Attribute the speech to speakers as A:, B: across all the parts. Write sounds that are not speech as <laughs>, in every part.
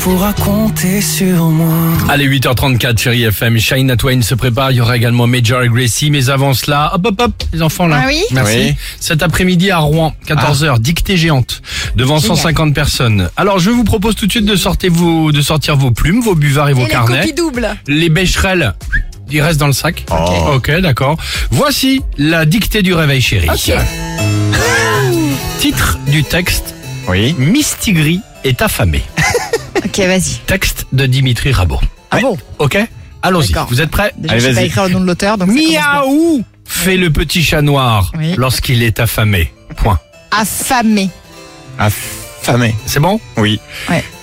A: pourras compter sur moi.
B: Allez, 8h34, chérie FM. Shine Twain se prépare. Il y aura également Major et Gracie. Mais avant cela, hop, hop, hop, les enfants là.
C: Ah oui Ah.
B: Merci.
D: Oui.
B: Cet après-midi à Rouen, 14h, dictée géante, devant 150 personnes. Alors, je vous propose tout de suite de, sortez vos, de sortir vos plumes, vos buvards et vos
C: Et les
B: carnets.
C: copies doubles.
B: Les bécherelles, ils restent dans le sac.
D: Oh.
B: Ok, d'accord. Voici la dictée du réveil, chérie. Ah.
C: Ok.
B: Titre du texte
D: Oui.
B: Mistigri est affamé.
C: Ok, vas-y.
B: Texte de Dimitri Rabot.
C: Ah bon
B: Ok Allons-y.
C: D'accord.
B: Vous êtes prêts
C: Déjà,
D: Allez,
C: je sais pas
D: vas-y.
C: écrire le nom de l'auteur, donc ça commence bien.
B: Miaou fait le petit chat noir
C: Oui.
B: lorsqu'il est affamé. Point.
C: Affamé.
D: Affamé.
B: C'est bon
D: Oui.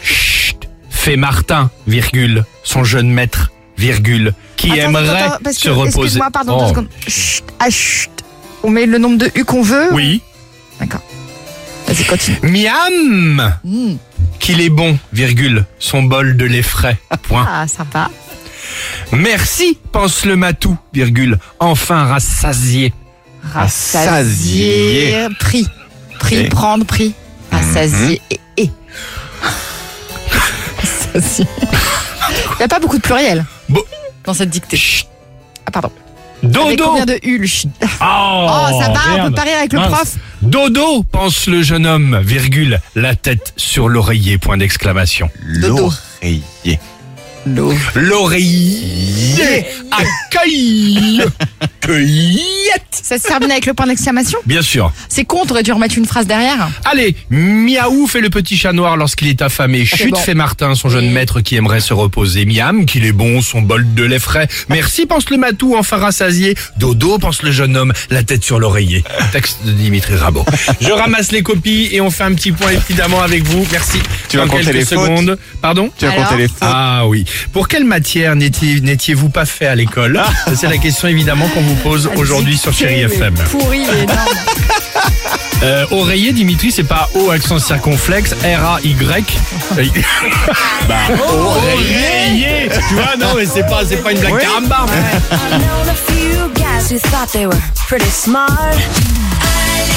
B: Chut fait Martin, virgule, son jeune maître, virgule, qui
C: Attends,
B: aimerait
C: attends, attends, parce
B: se
C: que-
B: reposer.
C: Excuse-moi, pardon, deux
B: Oh.
C: secondes. Chut, ah, chut. On met le nombre de U qu'on veut
B: Oui.
C: D'accord. Vas-y, continue.
B: Miam
C: Hmm.
B: qu'il est bon, virgule, son bol de lait frais. Point.
C: <laughs> Ah, sympa.
B: Merci, pense le matou, virgule, enfin rassasié.
D: Rassasié.
C: Prix. Prix,
D: Ok.
C: prendre, prix.
B: Mmh.
C: Rassasié et
B: <laughs>
C: et. Rassasié. Il n'y a pas beaucoup de pluriel
B: Bon.
C: dans cette dictée.
B: Chut.
C: Ah, pardon. Avec
B: Dodo
C: combien de U le chut
B: Oh,
C: Oh, ça va, on
B: merde.
C: peut parier avec le
B: Mince.
C: prof.
B: Dodo, pense le jeune homme, virgule, la tête sur l'oreiller, point d'exclamation.
C: Dodo.
D: L'oreiller.
B: L'oreiller accueille cueillette
C: Ça se termine avec le point d'exclamation
B: Bien sûr.
C: C'est con, t'aurais dû remettre une phrase derrière.
B: Allez, miaou fait le petit chat noir lorsqu'il est affamé. Chute
C: bon.
B: fait Martin, son jeune maître qui aimerait se reposer. Miam, qu'il est bon, son bol de lait frais. Merci, pense le matou, enfin rassasié. Dodo, pense le jeune homme, la tête sur l'oreiller. Texte de Dimitri Rabot. Je ramasse les copies et on fait un petit point évidemment avec vous. Merci.
D: Tu vas
B: Dans
D: compter
B: quelques
D: les fautes
B: secondes. Pardon
D: Tu as
C: Alors
D: compté les fautes.
B: Ah oui. Pour quelle matière n'étiez- n'étiez-vous pas fait à l'école
D: Ah.
B: C'est la question évidemment qu'on vous pose aujourd'hui sur Chéri FM.
C: Pourri et énorme.
B: Euh, oreiller, Dimitri, c'est pas O accent circonflexe, R-A-Y. Euh, bah, oreiller Tu vois, non, mais c'est pas, c'est pas une blague carambar.
E: I known a few guys who thought they were pretty smart. I